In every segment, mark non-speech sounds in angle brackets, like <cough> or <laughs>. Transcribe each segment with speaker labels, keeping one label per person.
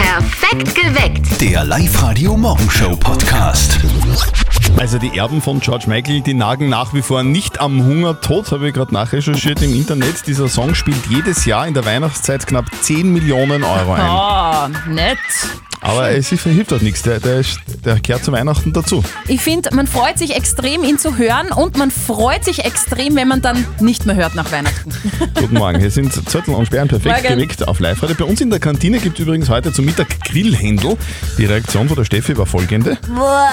Speaker 1: Perfekt geweckt.
Speaker 2: Der Live-Radio Morgenshow Podcast.
Speaker 3: Also die Erben von George Michael, die nagen nach wie vor nicht am Hungertod, habe ich gerade nachrecherchiert im Internet. Dieser Song spielt jedes Jahr in der Weihnachtszeit knapp 10 Millionen Euro ein.
Speaker 4: Oh, nett.
Speaker 3: Aber es hilft halt nichts, der, der, ist, der gehört zu Weihnachten dazu.
Speaker 4: Ich finde, man freut sich extrem, ihn zu hören und man freut sich extrem, wenn man dann nicht mehr hört nach Weihnachten.
Speaker 3: Guten Morgen, hier sind Zettel und Sperren perfekt
Speaker 4: Morgen.
Speaker 3: geweckt auf live -Radio. Bei uns in der Kantine gibt es übrigens heute zum Mittag Grillhändel. Die Reaktion von der Steffi war folgende.
Speaker 4: Boah.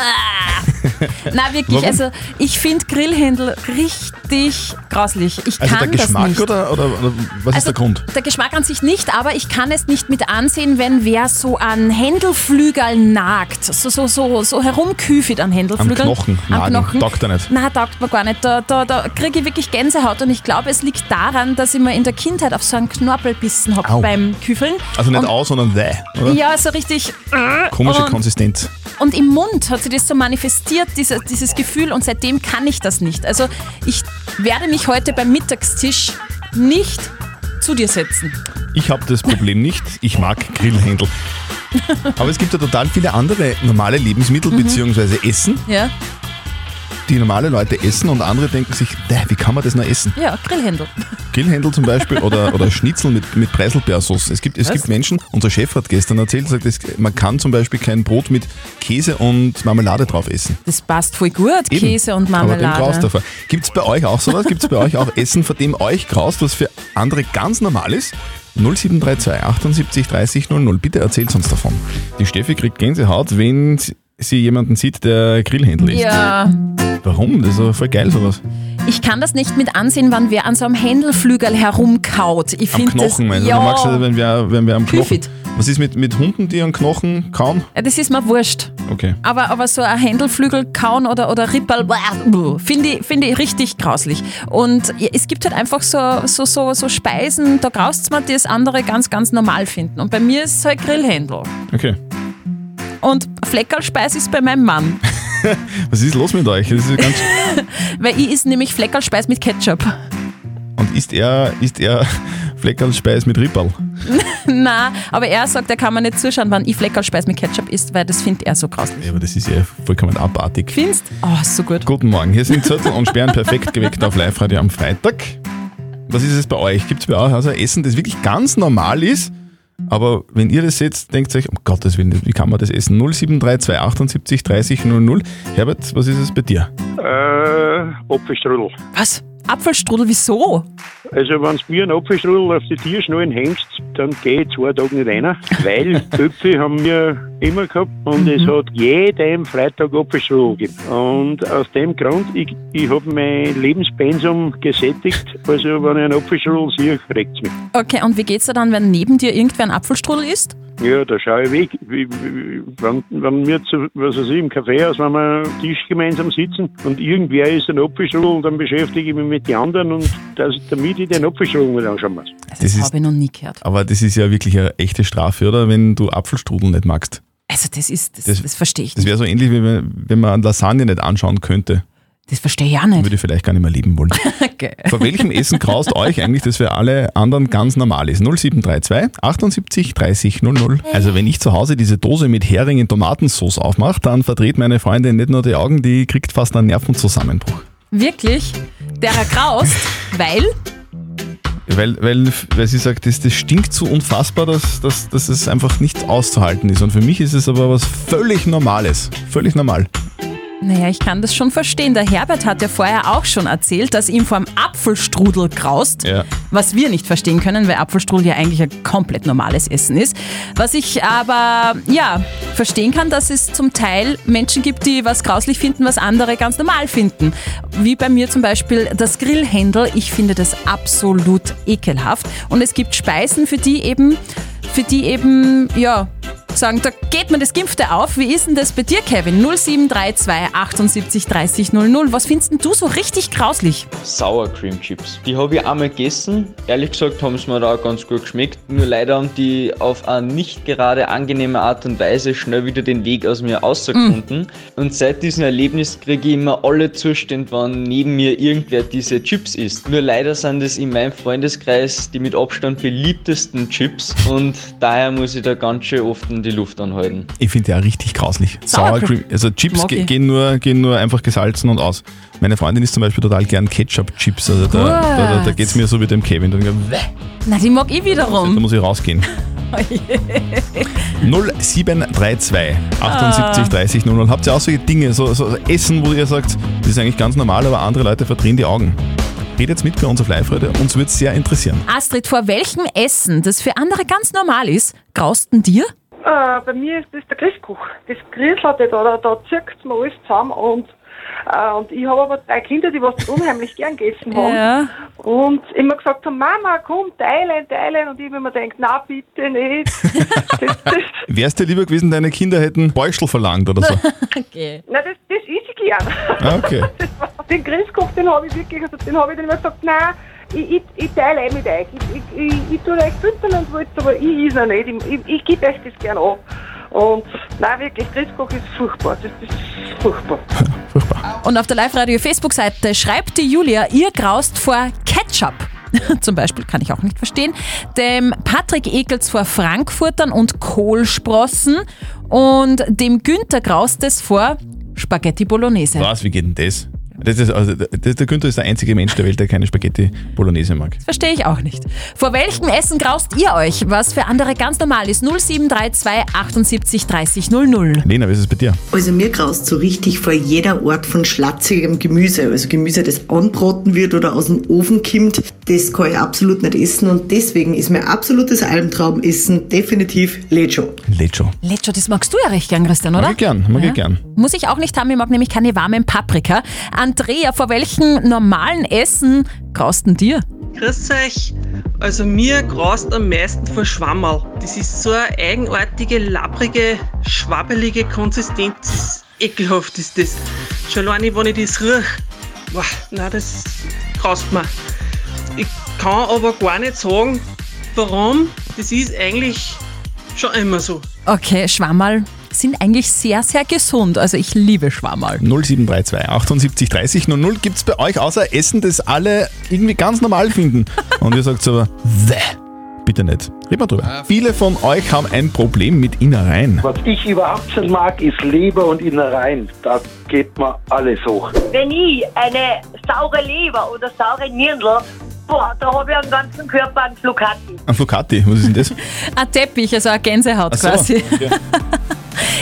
Speaker 4: Na wirklich,
Speaker 3: Warum?
Speaker 4: also ich finde Grillhändel richtig grauslich. Ich
Speaker 3: Also
Speaker 4: kann
Speaker 3: der
Speaker 4: das
Speaker 3: Geschmack
Speaker 4: nicht. Also
Speaker 3: oder, oder, oder was ist der Grund?
Speaker 4: Der Geschmack an sich nicht, aber ich kann es nicht mit ansehen, wenn wer so an Händelflügeln nagt. So, so, so, so herumküfelt an Händelflügeln.
Speaker 3: Am Knochen
Speaker 4: Am
Speaker 3: nagen.
Speaker 4: Knochen.
Speaker 3: Taugt er nicht.
Speaker 4: Nein, taugt mir gar nicht. Da, da, da kriege ich wirklich Gänsehaut und ich glaube, es liegt daran, dass ich mir in der Kindheit auf so einen Knorpel bissen
Speaker 3: Au.
Speaker 4: habe beim Küfeln.
Speaker 3: Also nicht
Speaker 4: und,
Speaker 3: aus, sondern weh, oder?
Speaker 4: Ja, so richtig.
Speaker 3: Komische
Speaker 4: und-
Speaker 3: Konsistenz.
Speaker 4: Und im Mund hat sich das so manifestiert, diese, dieses Gefühl, und seitdem kann ich das nicht. Also ich werde mich heute beim Mittagstisch nicht zu dir setzen.
Speaker 3: Ich habe das Problem nicht. Ich mag Grillhändel. Aber es gibt ja total viele andere normale Lebensmittel beziehungsweise Essen,
Speaker 4: Ja,
Speaker 3: die normale Leute essen und andere denken sich, "Bäh, wie kann man das noch essen?
Speaker 4: ja Grillhändel.
Speaker 3: Grillhändel zum Beispiel oder, oder Schnitzel mit, mit Preiselbeersauce. Es gibt, es
Speaker 4: Was?
Speaker 3: gibt Menschen, unser Chef hat gestern erzählt, sagt, es, man kann zum Beispiel kein Brot mit Käse und Marmelade drauf essen.
Speaker 4: Das passt voll gut,
Speaker 3: Eben.
Speaker 4: Käse und
Speaker 3: Aber dem graust
Speaker 4: Marmelade.
Speaker 3: davor. Gibt es bei euch auch sowas? Gibt es bei euch auch Essen, vor dem euch graust, was für andere ganz normal ist? 0732 78 30 00. Bitte erzählt uns davon. Die Steffi kriegt Gänsehaut, wenn sie jemanden sieht, der Grillhändler ist.
Speaker 4: Ja,
Speaker 3: Warum? Das ist doch voll geil sowas.
Speaker 4: ich kann das nicht mit ansehen, wann wer an so einem Händelflügel herumkaut. Ich
Speaker 3: Am
Speaker 4: finde das,
Speaker 3: Knochen, meinst du?
Speaker 4: ja,
Speaker 3: Du magst das, wenn wir, wenn wir am Knochen...
Speaker 4: Küfit.
Speaker 3: Was ist mit, mit Hunden, die an Knochen kauen?
Speaker 4: Ja, das ist mir wurscht.
Speaker 3: Okay.
Speaker 4: Aber, aber so ein Händelflügel kauen oder, oder Rippel, finde ich, find ich richtig grauslich. Und es gibt halt einfach so, so, so, so Speisen, da graust man, die es andere ganz, ganz normal finden. Und bei mir ist es halt Grillhändel.
Speaker 3: Okay.
Speaker 4: Und Fleckerlspeis ist bei meinem Mann.
Speaker 3: Was ist los mit euch? Das ist ganz...
Speaker 4: Weil ich ist nämlich Fleckerlspeis mit Ketchup.
Speaker 3: Und isst er, isst er Fleckerlspeis mit Ripperl?
Speaker 4: Na, aber er sagt, er kann mir nicht zuschauen, wann ich Fleckerlspeis mit Ketchup isst, weil das findet er so grauslich.
Speaker 3: Ja, aber das ist ja vollkommen abartig.
Speaker 4: Findest? Oh, ist so gut.
Speaker 3: Guten Morgen, hier sind Zettel und Sperren perfekt geweckt auf Live-Radio am Freitag. Was ist es bei euch? Gibt es bei euch also Essen, das wirklich ganz normal ist? Aber wenn ihr das seht, denkt ihr euch, um Gottes Willen, wie kann man das essen? 0732 78 30 00. Herbert, was ist es bei dir?
Speaker 5: Äh, Apfelstrudel.
Speaker 4: Was? Apfelstrudel, wieso?
Speaker 5: Also, wenn mir einen Apfelstrudel auf die Tierschnallen hängst, dann gehe ich zwei Tage nicht rein, weil Äpfel haben wir immer gehabt und es hat jedem Freitag Apfelstrudel gegeben. Und aus dem Grund, ich, ich habe mein Lebenspensum gesättigt, also wenn ich einen Apfelstrudel sehe, regt es mich.
Speaker 4: Okay, und wie geht's dir dann, wenn neben dir irgendwer ein Apfelstrudel isst?
Speaker 5: Ja, da schaue ich weg. Wie, wie, wenn, wenn wir zu, was weiß ich, im Kaffeehaus, wenn wir am Tisch gemeinsam sitzen und irgendwer ist ein Apfelstrudel, dann beschäftige ich mich mit den anderen und das, damit ich den Apfelstrudel mal anschauen muss.
Speaker 4: Also,
Speaker 3: Das
Speaker 4: das
Speaker 3: ist-
Speaker 4: habe ich noch nie gehört.
Speaker 3: Aber das ist ja wirklich eine echte Strafe, oder? Wenn du Apfelstrudel nicht magst.
Speaker 4: Also das ist, das,
Speaker 3: Das-
Speaker 4: das, verstehe ich
Speaker 3: Das
Speaker 4: nicht.
Speaker 3: wäre so ähnlich, wie wenn wenn man Lasagne nicht anschauen könnte.
Speaker 4: Das verstehe ich auch nicht.
Speaker 3: Würde ich vielleicht gar nicht mehr leben wollen.
Speaker 4: Okay.
Speaker 3: Vor welchem Essen graust euch eigentlich, dass für alle anderen ganz normal ist? 0732 78 30 00. Also wenn ich zu Hause diese Dose mit Hering in Tomatensauce aufmache, dann verdreht meine Freundin nicht nur die Augen, die kriegt fast einen Nervenzusammenbruch.
Speaker 4: Wirklich, derer graust, weil
Speaker 3: Weil, weil, weil sie sagt, das, das stinkt so unfassbar, dass, dass, dass es einfach nicht auszuhalten ist. Und für mich ist es aber was völlig Normales. Völlig normal.
Speaker 4: Naja, ich kann das schon verstehen. Der Herbert hat ja vorher auch schon erzählt, dass ihm vor dem Apfelstrudel graust,
Speaker 3: Ja.
Speaker 4: was wir nicht verstehen können, weil Apfelstrudel ja eigentlich ein komplett normales Essen ist. Was ich aber, ja, verstehen kann, dass es zum Teil Menschen gibt, die was grauslich finden, was andere ganz normal finden. Wie bei mir zum Beispiel das Grillhändel. Ich finde das absolut ekelhaft. Und es gibt Speisen, für die eben, für die eben, ja, sagen, da geht mir das Gimpfte auf. Wie ist denn das bei dir, Kevin? 0732 78 30 00. Was findest denn du so richtig grauslich?
Speaker 6: Sour Cream Chips. Die habe ich einmal gegessen. Ehrlich gesagt haben sie mir da auch ganz gut geschmeckt. Nur leider haben die auf eine nicht gerade angenehme Art und Weise schnell wieder den Weg aus mir ausgefunden. Und seit diesem Erlebnis kriege ich immer alle Zustände, wann neben mir irgendwer diese Chips isst. Nur leider sind es in meinem Freundeskreis die mit Abstand beliebtesten Chips. Und daher muss ich da ganz schön oft einen oben die Luft anhalten.
Speaker 3: Ich finde ja richtig grauslich.
Speaker 4: Sour
Speaker 3: Sour
Speaker 4: Cream.
Speaker 3: Cream. Also Chips
Speaker 4: Mag
Speaker 3: ge
Speaker 4: ich.
Speaker 3: gehen, nur, gehen nur einfach gesalzen und aus. Meine Freundin isst zum Beispiel total gern Ketchup-Chips. Also da, da, da, da
Speaker 4: Gut.
Speaker 3: geht es mir so wie dem Kevin. Dann, da
Speaker 4: Na, die mag
Speaker 3: <laughs>
Speaker 4: ich wiederum.
Speaker 3: muss ich rausgehen. 0732 78 30 00. Habt ihr auch solche Dinge, so, so Essen, wo ihr sagt, das ist eigentlich ganz normal, aber andere Leute verdrehen die Augen? Redet mit bei uns auf Live-Freude, uns würde es sehr interessieren.
Speaker 4: Astrid, vor welchem Essen, das für andere ganz normal ist, grausten dir?
Speaker 1: Äh, bei mir ist das der Christkuch. Das Grießlatte da, da, da zirkt mir alles zusammen und, äh, und ich habe aber drei Kinder, die was unheimlich gern gegessen haben.
Speaker 4: Ja.
Speaker 1: Und immer gesagt haben, Mama, komm, teilen, teilen. Und ich hab immer denkt, na bitte nicht. das, das,
Speaker 3: Wär's dir lieber gewesen, deine Kinder hätten Beuschel verlangt oder so?
Speaker 4: Okay.
Speaker 1: nein, das, das ist ich gern.
Speaker 3: Ah, Okay.
Speaker 1: den Grießkuch, den habe ich wirklich, also den habe ich dann immer gesagt, nein, ich, ich, ich teile auch mit euch. Ich, ich, ich, ich tue euch füttern und wollt, aber ich is noch nicht. Ich, ich, ich gebe euch das gern an. Und nein, wirklich, Grießkuch ist furchtbar. Das, das ist furchtbar.
Speaker 4: Und auf der Live-Radio-Facebook-Seite schreibt die Julia, ihr graust vor Ketchup. <laughs> Zum Beispiel kann ich auch nicht verstehen. Dem Patrick ekelt's vor Frankfurtern und Kohlsprossen. Und dem Günther graust es vor Spaghetti Bolognese.
Speaker 3: Was, wie geht denn das? Das ist, also, das, der Günther ist der einzige Mensch der Welt, der keine Spaghetti Bolognese mag.
Speaker 4: Verstehe ich auch nicht. Vor welchem Essen graust ihr euch? Was für andere ganz normal ist. 0732 78 30 00.
Speaker 3: Lena, wie ist es bei dir?
Speaker 7: Also mir graust so richtig vor jeder Art von schlatzigem Gemüse. Also Gemüse, das anbraten wird oder aus dem Ofen kommt, das kann ich absolut nicht essen. Und deswegen ist mein absolutes Almtraumessen definitiv Lecho.
Speaker 3: Lecho.
Speaker 4: Lecho, das magst du ja recht gern, Christian, oder?
Speaker 3: Mag ich gern, mag ich gern.
Speaker 4: Muss ich auch nicht haben, ich mag nämlich keine warmen Paprika. Andrea, vor welchem normalen Essen graust denn dir?
Speaker 8: Grüß euch. Also mir graust am meisten vor Schwammerl. Das ist so eine eigenartige, labbrige, schwabbelige Konsistenz. Ekelhaft ist das. Schon alleine, wenn ich das rieche. Boah, nein, das graust mir. Ich kann aber gar nicht sagen, warum. Das ist eigentlich schon immer so.
Speaker 4: Okay, Schwammerl sind eigentlich sehr, sehr gesund. Also ich liebe Schwammerl.
Speaker 3: 0732 78 30 00 gibt es bei euch außer Essen, das alle irgendwie ganz normal
Speaker 4: <laughs>
Speaker 3: finden. Und ihr sagt aber, "Bäh, bitte nicht. Reden wir
Speaker 4: Ah,
Speaker 3: drüber. Viele von euch haben ein Problem mit Innereien.
Speaker 9: Was ich überhaupt nicht mag, ist Leber und Innereien. Da geht mir alles hoch.
Speaker 10: wenn ich eine saure Leber oder saure Nirndl, boah, da habe ich am ganzen Körper einen Flughatten.
Speaker 3: Ein Flocati, was ist denn
Speaker 4: <laughs>
Speaker 3: das?
Speaker 4: Ein Teppich, also eine Gänsehaut
Speaker 3: Ach so,
Speaker 4: quasi.
Speaker 3: okay.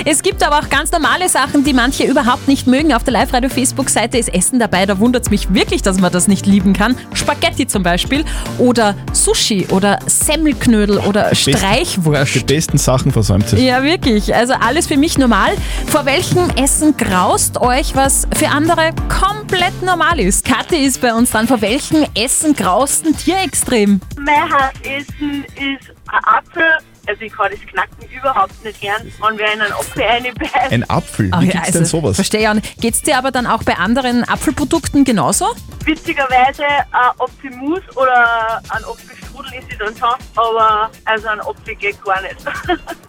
Speaker 4: Es gibt aber auch ganz normale Sachen, die manche überhaupt nicht mögen. Auf der Live-Radio-Facebook-Seite ist Essen dabei. Da wundert es mich wirklich, dass man das nicht lieben kann. Spaghetti zum Beispiel oder Sushi oder Semmelknödel oder
Speaker 3: besten- Die
Speaker 4: Streichwurst.
Speaker 3: besten Sachen versäumt ihr.
Speaker 4: Ja, wirklich. Also alles für mich normal. Vor welchem Essen graust euch, was für andere komplett normal ist? Kathi ist bei uns dran. Vor welchem Essen graust ein Tier extrem?
Speaker 10: Mein Hassessen ist ein Apfel. Also ich kann das Knacken überhaupt nicht gern. Und wer in einen Apfel reinbeißt,
Speaker 3: Ein Apfel,
Speaker 4: Ach
Speaker 3: wie
Speaker 4: ja, also
Speaker 3: gibt's denn sowas?
Speaker 4: Verstehe ja. Geht's dir aber dann auch bei anderen Apfelprodukten genauso?
Speaker 10: witzigerweise ein Apfelmus oder ein Apfelstrudel ist es dann schon, aber also ein Apfel geht gar nicht. <laughs>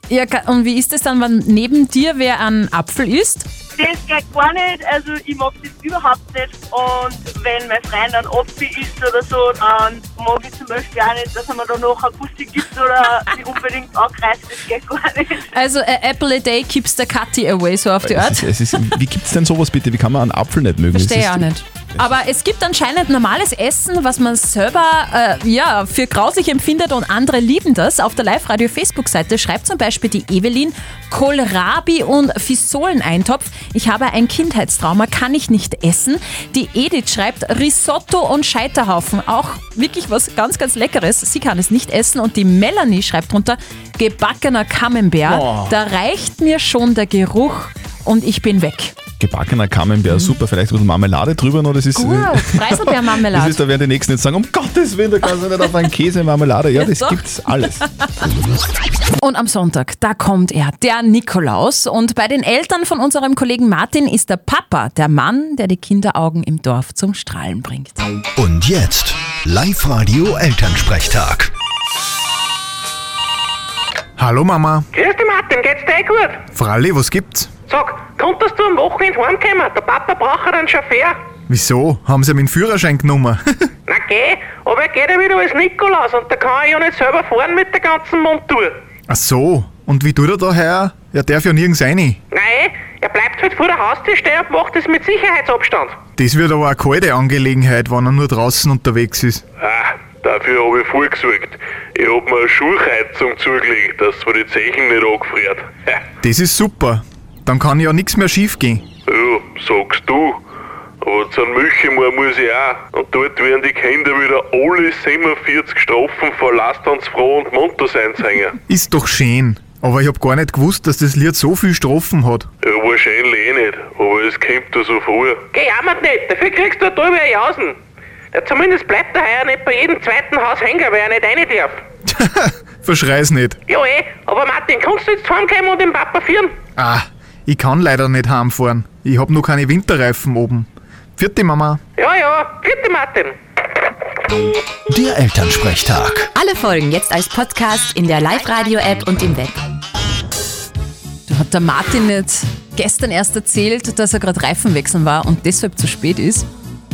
Speaker 4: Ja, Ka- und wie ist es dann, wenn neben dir wer einen Apfel isst?
Speaker 10: Das geht gar nicht, also ich mag das überhaupt nicht. Und wenn mein Freund einen Apfel isst oder so, dann mag ich zum Beispiel auch nicht, dass er mir da noch eine Puste gibt oder mich unbedingt angreift, das geht gar nicht.
Speaker 4: Also äh, Apple a day keeps the Kathi away, so auf die Art.
Speaker 3: Es ist, es ist, wie gibt's denn sowas bitte? Wie kann man einen Apfel nicht mögen?
Speaker 4: Verstehe
Speaker 3: Es
Speaker 4: ich
Speaker 3: ist-
Speaker 4: auch nicht. Aber es gibt anscheinend normales Essen, was man selber äh, ja, für grausig empfindet und andere lieben das. Auf der Live-Radio-Facebook-Seite schreibt zum Beispiel die Evelyn Kohlrabi und Fisoleneintopf. Ich habe ein Kindheitstrauma, kann ich nicht essen. Die Edith schreibt Risotto und Scheiterhaufen. Auch wirklich was ganz, ganz Leckeres. Sie kann es nicht essen. Und die Melanie schreibt drunter gebackener Camembert.
Speaker 3: Oh.
Speaker 4: Da reicht mir schon der Geruch und ich bin weg.
Speaker 3: Gebackener Camembert, super, vielleicht ein bisschen Marmelade drüber noch, das ist...
Speaker 4: Mhm.
Speaker 3: äh, <laughs>
Speaker 4: Gut,
Speaker 3: Das
Speaker 4: Preiselbeermarmelade.
Speaker 3: ist, da werden die Nächsten jetzt sagen, um Gottes Willen, da kannst du nicht auf einen Käse Marmelade.
Speaker 4: <laughs>
Speaker 3: Ja, das
Speaker 4: doch.
Speaker 3: gibt's alles.
Speaker 4: Und am Sonntag, da kommt er, der Nikolaus. Und bei den Eltern von unserem Kollegen Martin ist der Papa der Mann, der die Kinderaugen im Dorf zum Strahlen bringt.
Speaker 2: Und jetzt Live-Radio Elternsprechtag.
Speaker 11: Hallo Mama.
Speaker 1: Grüß dich, Martin, geht's dir eh gut?
Speaker 11: Fralli, was gibt's?
Speaker 1: Sag, konntest du am Wochenende heimkommen? Der Papa braucht einen Chauffeur.
Speaker 11: Wieso? Haben sie meinen Führerschein
Speaker 3: <laughs>
Speaker 11: genommen?
Speaker 1: Na geh, aber er geht ja wieder als Nikolaus und da kann ich ja nicht selber fahren mit der ganzen Montur.
Speaker 11: Ach so.
Speaker 3: Und wie tut er da heuer? Er darf ja nirgends rein.
Speaker 1: Nein, er bleibt halt vor der Haustür stehen und macht das mit Sicherheitsabstand.
Speaker 3: Das wird aber eine kalte Angelegenheit, wenn er nur draußen unterwegs ist.
Speaker 8: Ah, dafür habe ich vorgesorgt. Ich habe mir eine Schulheizung zugelegt, dass zwar die Zechen nicht angefriert. Ja,
Speaker 3: Das ist super. Dann kann ja nichts mehr schief gehen.
Speaker 8: ja, sagst du. Aber zum Milchemar muss ich auch. Und dort werden die Kinder wieder alle 47 Strophen von Last uns froh und munter sein singen.
Speaker 3: Ist doch schön. Aber ich hab gar nicht gewusst, dass das Lied so viel Strophen hat.
Speaker 8: Ja, wahrscheinlich eh nicht, aber es kommt da so vor.
Speaker 1: Geh jammert nicht, dafür kriegst du da drüber eine Jausen. Ja, zumindest bleibt er heuer nicht bei jedem zweiten Haus hängen, weil er nicht rein darf.
Speaker 3: Verschrei's nicht.
Speaker 1: Ja eh, aber Martin, kannst du jetzt heimkommen und den Papa führen?
Speaker 3: Ah, ich kann leider nicht heimfahren. Ich hab noch keine Winterreifen oben. Vierte Mama.
Speaker 1: Ja, ja, vierte Martin.
Speaker 2: Der Elternsprechtag.
Speaker 12: Alle Folgen jetzt als Podcast in der Live-Radio-App und im Web.
Speaker 4: Hat der Martin nicht gestern erst erzählt, dass er gerade Reifen wechseln war und deshalb zu spät ist?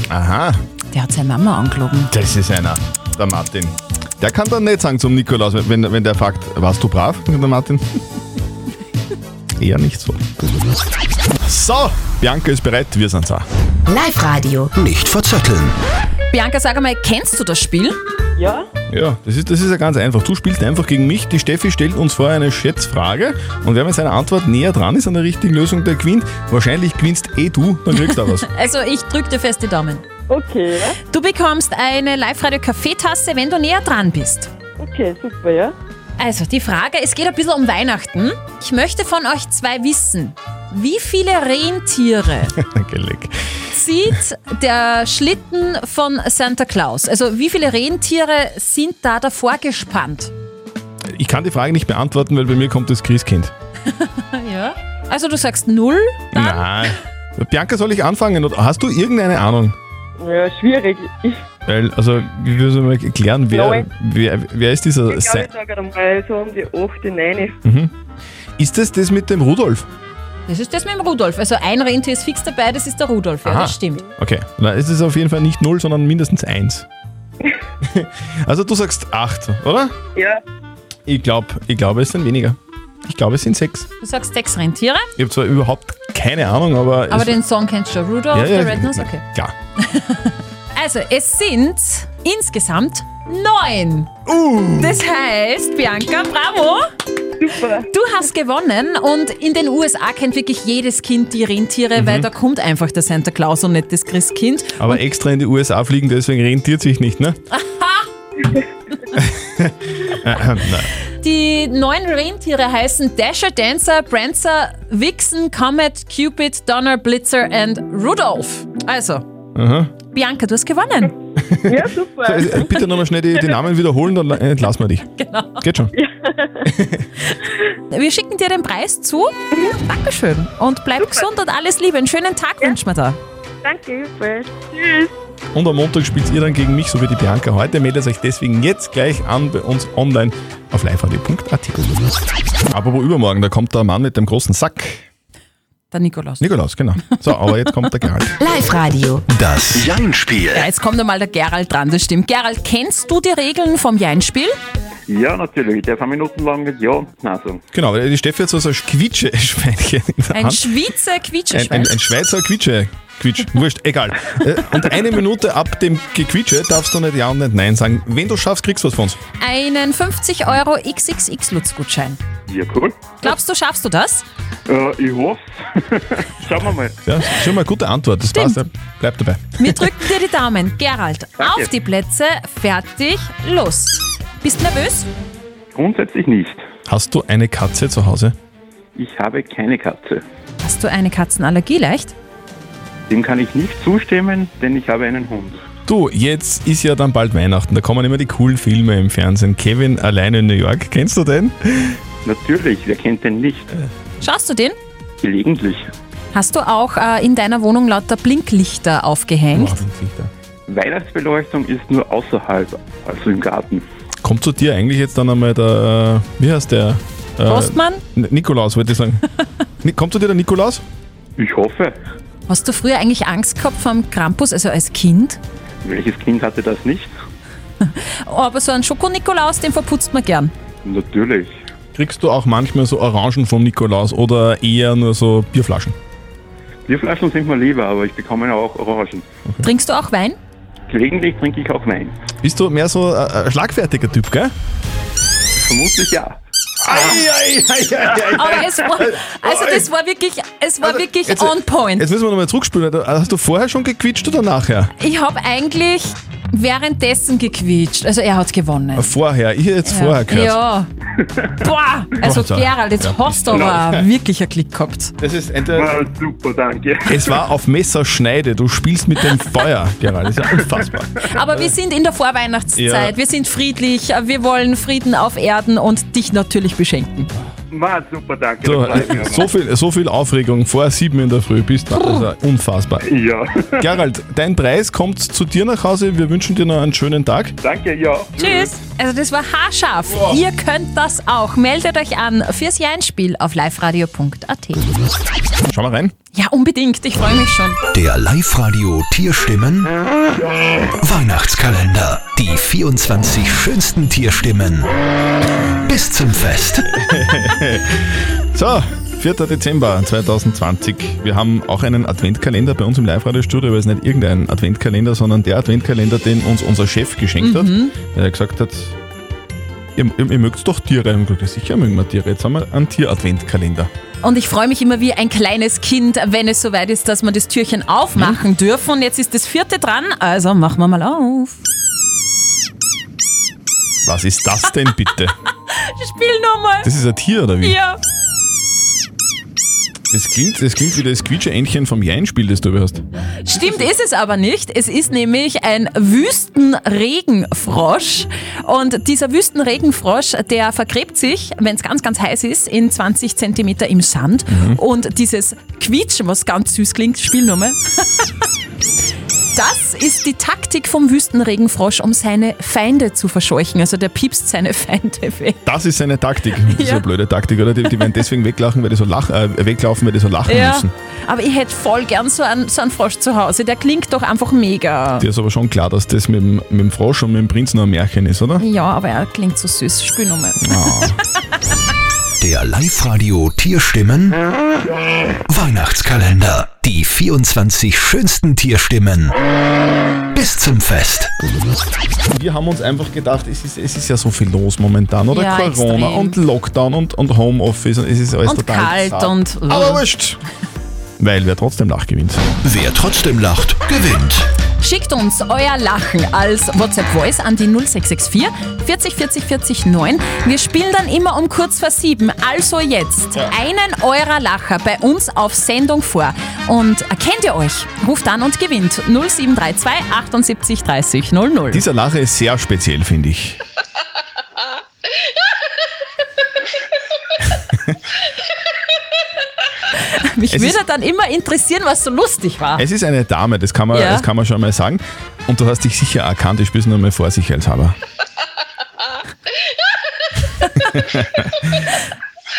Speaker 5: Aha.
Speaker 4: Der hat seine Mama angelogen.
Speaker 5: Das ist einer, der Martin. Der kann dann nicht sagen zum Nikolaus, wenn, wenn der fragt, warst du brav, der Martin? <laughs> Eher nicht so. So, Bianca ist bereit, wir sind's auch.
Speaker 12: Live-Radio.
Speaker 2: Nicht verzetteln.
Speaker 4: Bianca, sag einmal, kennst du das Spiel?
Speaker 1: Ja.
Speaker 5: Ja, das ist, das ist ja ganz einfach. Du spielst einfach gegen mich. Die Steffi stellt uns vorher eine Schätzfrage und wer mit seiner Antwort näher dran ist an der richtigen Lösung, der gewinnt. Wahrscheinlich gewinnst eh du, dann kriegst du
Speaker 4: <laughs>
Speaker 5: auch was.
Speaker 4: Also ich drück dir fest die Daumen.
Speaker 1: Okay.
Speaker 4: Du bekommst eine Live-Radio-Kaffeetasse, wenn du näher dran bist.
Speaker 1: Okay, super, ja.
Speaker 4: Also die Frage, es geht ein bisschen um Weihnachten. Ich möchte von euch zwei wissen, wie viele Rentiere
Speaker 5: Geleck.
Speaker 4: zieht der Schlitten von Santa Claus? Also wie viele Rentiere sind da davor gespannt?
Speaker 5: Ich kann die Frage nicht beantworten, weil bei mir kommt das Christkind.
Speaker 4: Ja. Also du sagst null?
Speaker 5: Nein. Bianca, soll ich anfangen? Oder hast du irgendeine Ahnung?
Speaker 1: Ja, schwierig. Ich
Speaker 5: Weil, also, wir müssen mal erklären, wer,
Speaker 1: Nein.
Speaker 5: wer, wer ist dieser
Speaker 1: glaube,
Speaker 5: Sein?
Speaker 1: ich sage einmal so um die 8, 9.
Speaker 5: Mhm. Ist das das mit dem Rudolf?
Speaker 4: Das ist das mit dem Rudolf. Also ein Rentier ist fix dabei, das ist der Rudolf. Ja,
Speaker 5: Aha.
Speaker 4: das stimmt.
Speaker 5: Okay, na, es ist auf jeden Fall nicht null, sondern mindestens eins. also, du sagst acht, oder?
Speaker 1: Ja.
Speaker 5: Ich glaube, ich glaub, es sind weniger. Ich glaube, es sind sechs.
Speaker 4: Du sagst sechs Rentiere,
Speaker 5: Ich habe zwar überhaupt keine Ahnung, aber.
Speaker 4: aber
Speaker 5: es,
Speaker 4: den Song kennst du schon. Rudolf,
Speaker 5: ja, ja,
Speaker 4: the Red Nose, okay.
Speaker 5: Klar.
Speaker 4: <laughs> Also, es sind insgesamt neun.
Speaker 5: Uh.
Speaker 4: Das heißt, Bianca, bravo! Super. Du hast gewonnen und in den USA kennt wirklich jedes Kind die Rentiere, weil da kommt einfach der Santa Claus und nicht das Christkind.
Speaker 5: Mhm. Aber extra in die USA fliegen, deswegen rentiert sich nicht, ne? Ahem, nein.
Speaker 4: <laughs> Die neuen Rentiere heißen Dasher, Dancer, Prancer, Vixen, Comet, Cupid, Donner, Blitzer und Rudolph. Also,
Speaker 5: Aha.
Speaker 4: Bianca, du hast gewonnen.
Speaker 1: Ja, super.
Speaker 5: So,
Speaker 6: <laughs>
Speaker 5: äh, bitte nochmal schnell die, die Namen wiederholen, dann la- entlassen wir dich.
Speaker 4: Genau.
Speaker 5: Geht schon.
Speaker 4: Wir schicken dir den Preis zu. Dankeschön. Und bleib gesund und alles Liebe. Einen schönen Tag wünschen wir da.
Speaker 1: Danke, super. Tschüss.
Speaker 5: Und am Montag spielt ihr dann gegen mich, so wie die Bianca heute. Meldet euch deswegen jetzt gleich an bei uns online auf liveradio.at. Apropos übermorgen, da kommt der Mann mit dem großen Sack.
Speaker 4: Der Nikolaus.
Speaker 5: Nikolaus, genau. So, aber jetzt kommt der Gerald.
Speaker 4: Live-Radio.
Speaker 5: Das Jan-Spiel.
Speaker 4: Ja, jetzt kommt einmal der Gerald dran, das stimmt. Gerald, kennst du die Regeln vom
Speaker 5: <laughs>
Speaker 4: Jeinspiel?
Speaker 13: Ja, natürlich. Ich darf eine Minute lang mit Ja und Nein also, sagen.
Speaker 5: Genau, weil die Steffi hat so so ein Quietsche-Schweinchen in der
Speaker 4: Ein
Speaker 5: Hand.
Speaker 4: Schweizer
Speaker 5: ein,
Speaker 4: Quietscheschwein.
Speaker 5: ein, ein Schweizer Quietsche. Quietsch, wurscht, egal. Äh, Und eine Minute ab dem Gequietsche darfst du nicht Ja und nicht Nein sagen. Wenn du schaffst, kriegst du was von uns.
Speaker 4: Einen 50 Euro XXX-Lutz-Gutschein.
Speaker 13: Ja, cool. Äh,
Speaker 4: Glaubst du, schaffst du das?
Speaker 13: ich hoffe. <laughs> Schauen wir mal.
Speaker 5: Ja, schon mal eine gute Antwort. Das passt. ja. Bleib dabei.
Speaker 4: Wir drücken dir die Daumen. Gerald,
Speaker 13: Danke.
Speaker 4: auf die Plätze, fertig, los. Bist nervös?
Speaker 13: Grundsätzlich nicht.
Speaker 5: Hast du eine Katze zu Hause?
Speaker 13: Ich habe keine Katze.
Speaker 4: Hast du eine Katzenallergie leicht?
Speaker 13: Dem kann ich nicht zustimmen, denn ich habe einen Hund.
Speaker 5: Du, jetzt ist ja dann bald Weihnachten. Da kommen immer die coolen Filme im Fernsehen. Kevin alleine in New York. Kennst du den?
Speaker 13: Natürlich, wer kennt den nicht?
Speaker 4: Schaust du den?
Speaker 13: Gelegentlich.
Speaker 4: Hast du auch äh, in deiner Wohnung lauter Blinklichter aufgehängt?
Speaker 13: Weihnachtsbeleuchtung ist nur außerhalb, also im Garten.
Speaker 5: Kommt zu dir eigentlich jetzt dann einmal der, äh, wie heißt der? Äh,
Speaker 4: Postmann?
Speaker 5: N- Nikolaus, wollte ich sagen. Ni- Kommt zu dir der Nikolaus?
Speaker 13: Ich hoffe.
Speaker 4: Hast du früher eigentlich Angst gehabt vom Krampus, also als Kind?
Speaker 13: Welches Kind hatte das nicht?
Speaker 4: Aber so einen Schoko-Nikolaus, den verputzt man gern.
Speaker 13: Natürlich.
Speaker 5: Kriegst du auch manchmal so Orangen vom Nikolaus oder eher nur so Bierflaschen?
Speaker 14: Bierflaschen sind mir lieber, aber ich bekomme auch Orangen.
Speaker 4: Trinkst du auch Wein?
Speaker 14: Gelegentlich trinke ich auch Wein.
Speaker 5: Bist du mehr so ein ein schlagfertiger Typ, gell?
Speaker 14: Vermutlich ja.
Speaker 4: Aber es war, also das war wirklich, es war wirklich on point.
Speaker 5: Also Jetzt müssen wir nochmal zurückspielen. Also Hast du vorher schon gequitscht oder nachher?
Speaker 4: Ich habe eigentlich währenddessen gequietscht. Also er hat gewonnen.
Speaker 5: Vorher, ich hätte jetzt vorher gehört.
Speaker 4: Ja. Boah, also
Speaker 5: Alter.
Speaker 4: Gerald, jetzt
Speaker 5: Ja.
Speaker 4: hast du aber
Speaker 5: Genau.
Speaker 4: wirklich einen Klick gehabt.
Speaker 5: Das ist entweder.
Speaker 14: super, danke.
Speaker 5: Es war auf Messerschneide. Du spielst mit dem Feuer, Gerald. Das ist ja unfassbar.
Speaker 4: Aber wir sind in der Vorweihnachtszeit,
Speaker 5: Ja.
Speaker 4: wir sind friedlich, wir wollen Frieden auf Erden und dich natürlich beschenken.
Speaker 14: War super, danke.
Speaker 5: So,
Speaker 14: Da freue ich mich
Speaker 5: so, viel, so viel Aufregung vor sieben in der Früh bist du. Das ist ja unfassbar.
Speaker 14: Ja.
Speaker 5: Gerald, dein Preis kommt zu dir nach Hause. Wir wünschen dir noch einen schönen Tag.
Speaker 14: Danke, ja.
Speaker 4: Tschüss. Also das war haarscharf. Ihr könnt das auch. Meldet euch an fürs Jeinspiel auf liveradio.at.
Speaker 5: Schau mal rein.
Speaker 4: Ja, unbedingt. Ich freue mich schon.
Speaker 2: Der Live-Radio Tierstimmen Weihnachtskalender. Die 24 schönsten Tierstimmen bis zum Fest.
Speaker 5: So, 4. Dezember 2020. Wir haben auch einen Adventkalender bei uns im Live-Radio-Studio, aber es ist nicht irgendein Adventkalender, sondern der Adventkalender, den uns unser Chef geschenkt
Speaker 15: Mhm.
Speaker 5: hat. Er gesagt hat, ihr, ihr, ihr mögt doch Tiere. Ich hab gesagt, ja, sicher mögen wir Tiere. Jetzt haben wir einen Tier-Adventkalender.
Speaker 4: Und ich freue mich immer wie ein kleines Kind, wenn es soweit ist, dass wir das Türchen aufmachen dürfen. Und jetzt ist das vierte dran, also machen wir mal auf.
Speaker 5: Was ist das denn bitte?
Speaker 4: <laughs> Spiel nochmal.
Speaker 5: Das ist ein Tier, oder wie?
Speaker 4: Ja.
Speaker 5: Das klingt, das klingt wie das Quietsche-Entchen vom Jein-Spiel, das du über hast.
Speaker 4: Stimmt, ist es aber nicht. Es ist nämlich ein Wüstenregenfrosch. Und dieser Wüstenregenfrosch, der vergräbt sich, wenn es ganz, ganz heiß ist, in 20 Zentimeter im Sand.
Speaker 5: Mhm.
Speaker 4: Und dieses Quietschen, was ganz süß klingt, spiel nur mal. Das ist die Taktik vom Wüstenregenfrosch, um seine Feinde zu verscheuchen. Also der piepst seine Feinde weg.
Speaker 5: Das ist seine Taktik. Das ist
Speaker 4: Ja.
Speaker 5: eine blöde Taktik, oder? Die, die werden deswegen weglachen, weil die so lach, äh, weglaufen, weil die so lachen
Speaker 4: Ja,
Speaker 5: müssen.
Speaker 4: aber ich hätte voll gern so einen, so einen Frosch zu Hause. Der klingt doch einfach mega.
Speaker 5: Dir ist aber schon klar, dass das mit dem, mit dem Frosch und mit dem Prinzen ein Märchen ist, oder?
Speaker 4: Ja, aber er klingt so süß. Spiel nochmal.
Speaker 2: Der Live-Radio Tierstimmen Weihnachtskalender. Die 24 schönsten Tierstimmen bis zum Fest.
Speaker 5: Wir haben uns einfach gedacht, es ist, es ist ja so viel los momentan, oder?
Speaker 4: Ja,
Speaker 5: Corona
Speaker 4: extrem.
Speaker 5: und Lockdown und, und Homeoffice und es ist alles
Speaker 4: und
Speaker 5: total
Speaker 4: kalt
Speaker 5: zart.
Speaker 4: und. äh,
Speaker 5: Aber wurscht. Weil wer trotzdem lacht, gewinnt.
Speaker 2: Wer trotzdem lacht, gewinnt.
Speaker 4: Schickt uns euer Lachen als WhatsApp-Voice an die 0664 40 40 40 9. Wir spielen dann immer um kurz vor sieben. Also jetzt einen eurer Lacher bei uns auf Sendung vor. Und erkennt ihr euch? Ruft an und gewinnt 0732 78 30 00.
Speaker 5: Dieser Lacher ist sehr speziell, finde ich.
Speaker 4: Mich
Speaker 5: Es
Speaker 4: würde
Speaker 5: ist-
Speaker 4: dann immer interessieren, was so lustig war.
Speaker 5: Es ist eine Dame, das kann man,
Speaker 4: Ja.
Speaker 5: das kann man schon mal sagen. Und du hast dich sicher erkannt, ich bin nur mal
Speaker 4: <laughs>
Speaker 5: vorsichtshalber.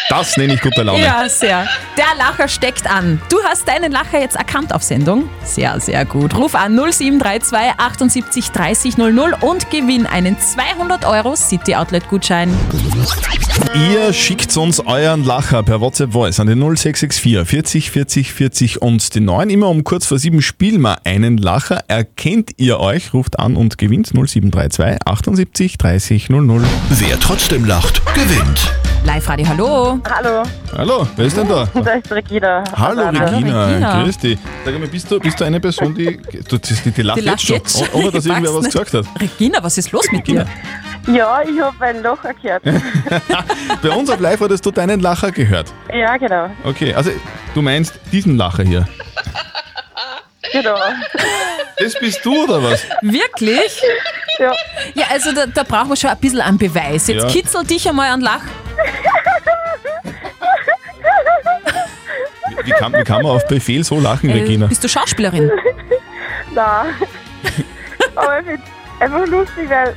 Speaker 5: das nenne ich guter Laune.
Speaker 4: Ja, sehr. Der Lacher steckt an. Du hast deinen Lacher jetzt erkannt auf Sendung. Sehr, sehr gut. Ruf an 0732 78 30 00 und gewinn einen 200 Euro City Outlet Gutschein.
Speaker 5: Ihr schickt uns euren Lacher per WhatsApp Voice an den 0664 40 40 40 und die 9. Immer um kurz vor 7 spielen wir einen Lacher. Erkennt ihr euch, ruft an und gewinnt 0732 78 30 00.
Speaker 2: Wer trotzdem lacht, gewinnt.
Speaker 4: Live Radio, hallo.
Speaker 1: Hallo.
Speaker 5: Hallo, wer ist denn da?
Speaker 1: Da ist Regina.
Speaker 5: Hallo
Speaker 1: Hallo,
Speaker 5: Regina.
Speaker 1: Regina.
Speaker 5: grüß dich. Sag mal, bist du, bist du eine Person, die, du, die, die, lacht
Speaker 4: Die lacht
Speaker 5: jetzt schon,
Speaker 4: jetzt schon.
Speaker 5: ohne dass
Speaker 4: Ich
Speaker 5: irgendwer
Speaker 4: weiß
Speaker 5: was
Speaker 4: nicht.
Speaker 5: gesagt hat?
Speaker 4: Regina, was ist los mit dir?
Speaker 1: Ja, ich habe ein Loch erklärt.
Speaker 5: Bei uns auf Live hattest du deinen Lacher gehört.
Speaker 1: ja, genau.
Speaker 5: Okay, also du meinst diesen Lacher hier.
Speaker 1: Genau.
Speaker 5: Das bist du oder was?
Speaker 4: Wirklich?
Speaker 1: Ja.
Speaker 4: Ja, also da, da brauchen wir schon ein bisschen einen Beweis. Jetzt
Speaker 5: Ja.
Speaker 4: kitzel dich einmal an Lach.
Speaker 5: Wie kann, wie kann man auf Befehl so lachen,
Speaker 4: Äh,
Speaker 5: Regina?
Speaker 4: Bist du
Speaker 5: <laughs>
Speaker 4: Schauspielerin?
Speaker 1: Nein. Aber ich finde einfach lustig, weil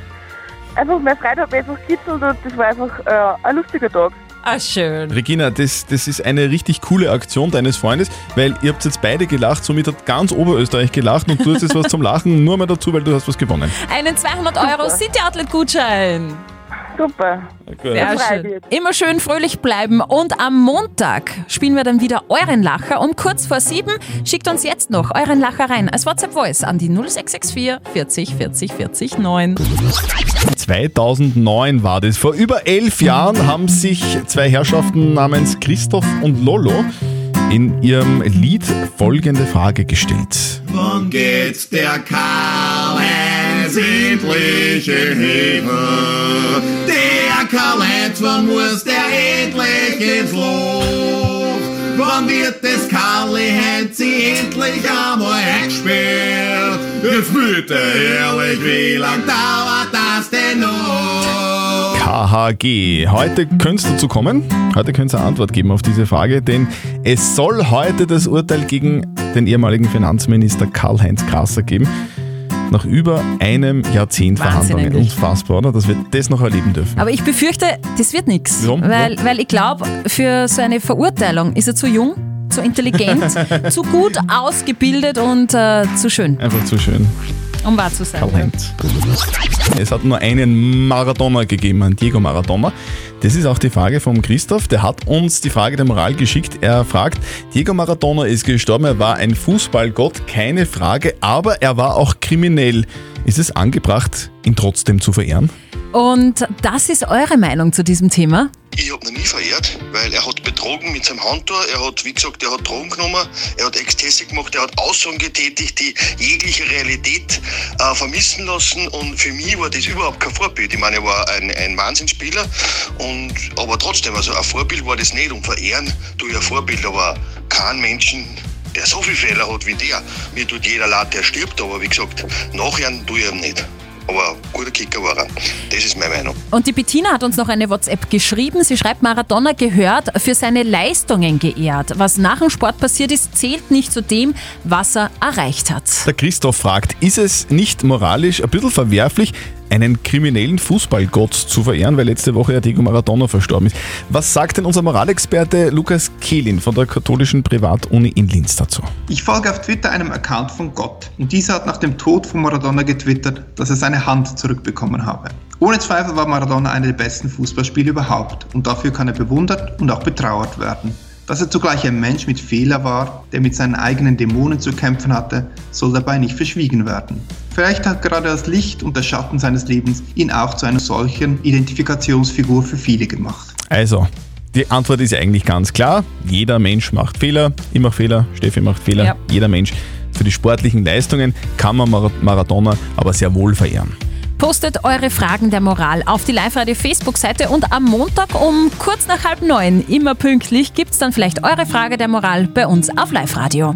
Speaker 1: einfach mein Freund hat mich einfach kitzelt und das war einfach äh, ein lustiger Tag.
Speaker 4: Ah, schön.
Speaker 5: Regina, das, das ist eine richtig coole Aktion deines Freundes, weil ihr habt jetzt beide gelacht, somit hat ganz Oberösterreich gelacht und du hast jetzt was zum Lachen, nur mal dazu, weil du hast was gewonnen.
Speaker 4: Einen 200 Euro City Outlet Gutschein.
Speaker 1: Super.
Speaker 2: gut.
Speaker 4: Sehr schön. Immer schön fröhlich bleiben. Und am Montag spielen wir dann wieder euren Lacher um kurz vor sieben. Schickt uns jetzt noch euren Lacher rein als WhatsApp-Voice an die 0664 40 40 40 9.
Speaker 2: 2009 war das. Vor über elf Jahren haben sich zwei Herrschaften namens Christoph und Lolo in ihrem Lied folgende Frage gestellt.
Speaker 3: Wann geht's der Karl endlich in Himmel? Der Karl wann muss der endlich ins Loch? Wann wird das Karli sie endlich einmal eingespielt? Jetzt bitte ehrlich, wie lang dauert das denn noch?
Speaker 2: KHG. Heute könntest du zu kommen. Heute könnt ihr eine Antwort geben auf diese Frage, denn es soll heute das Urteil gegen den ehemaligen Finanzminister Karl-Heinz Krasser geben. Nach über einem Jahrzehnt
Speaker 4: Wahnsinn
Speaker 2: Verhandlungen.
Speaker 4: eigentlich.
Speaker 2: Unfassbar, oder? Dass wir das noch erleben dürfen.
Speaker 4: Aber ich befürchte, das wird nichts.
Speaker 2: Warum?
Speaker 4: Weil, weil ich glaube, für so eine Verurteilung ist er zu jung,
Speaker 2: <laughs>
Speaker 4: zu intelligent, zu gut ausgebildet und äh, zu schön,
Speaker 2: Einfach zu schön.
Speaker 4: um wahr zu sein.
Speaker 2: Talent. Es hat nur einen Maradona gegeben, einen Diego Maradona. Das ist auch die Frage vom Christoph. Der hat uns die Frage der Moral geschickt. Er fragt, Diego Maradona ist gestorben, er war Ah, ein Fußballgott, keine Frage, aber er war auch kriminell. Ist es angebracht, ihn trotzdem zu verehren?
Speaker 4: Und das ist eure Meinung zu diesem Thema.
Speaker 5: Ich habe ihn nie verehrt, weil er hat betrogen mit seinem Handtor, er hat, wie gesagt, er hat Drogen genommen, er hat Exzesse gemacht, er hat Aussagen getätigt, die jegliche Realität äh, vermissen lassen und für mich war das überhaupt kein Vorbild. Ich meine, er war ein, ein Wahnsinnsspieler, und, aber trotzdem, also ein Vorbild war das nicht und verehren tue ich ein Vorbild, aber kein Menschen, der so viele Fehler hat wie der. Mir tut jeder leid, der stirbt, aber wie gesagt, nachher tue ich ihm nicht. Aber guter Kicker war er. Das ist meine Meinung.
Speaker 4: Und die Bettina hat uns noch eine WhatsApp geschrieben. Sie schreibt, Maradona gehört für seine Leistungen geehrt. Was nach dem Sport passiert ist, zählt nicht zu dem, was er erreicht hat.
Speaker 2: Der Christoph fragt, ist es nicht moralisch ein bisschen verwerflich, einen kriminellen Fußballgott zu verehren, weil letzte Woche ja Diego Maradona verstorben ist. Was sagt denn unser Moralexperte Lukas Kehlin von der katholischen Privatuni in Linz dazu?
Speaker 8: Ich folge auf Twitter einem Account von Gott und dieser hat nach dem Tod von Maradona getwittert, dass er seine Hand zurückbekommen habe. Ohne Zweifel war Maradona einer der besten Fußballspieler überhaupt und dafür kann er bewundert und auch betrauert werden. Dass er zugleich ein Mensch mit Fehler war, der mit seinen eigenen Dämonen zu kämpfen hatte, soll dabei nicht verschwiegen werden. Vielleicht hat gerade das Licht und der Schatten seines Lebens ihn auch zu einer solchen Identifikationsfigur für viele gemacht.
Speaker 2: Also, die Antwort ist eigentlich ganz klar. Jeder Mensch macht Fehler. Ich mache Fehler, Steffi macht Fehler.
Speaker 4: Ja.
Speaker 2: Jeder Mensch. Für die sportlichen Leistungen kann man Mar Maradona aber sehr wohl verehren.
Speaker 4: Postet eure Fragen der Moral auf die Live-Radio Facebook-Seite und am Montag um kurz nach halb neun, immer pünktlich, gibt's dann vielleicht eure Frage der Moral bei uns auf Live-Radio.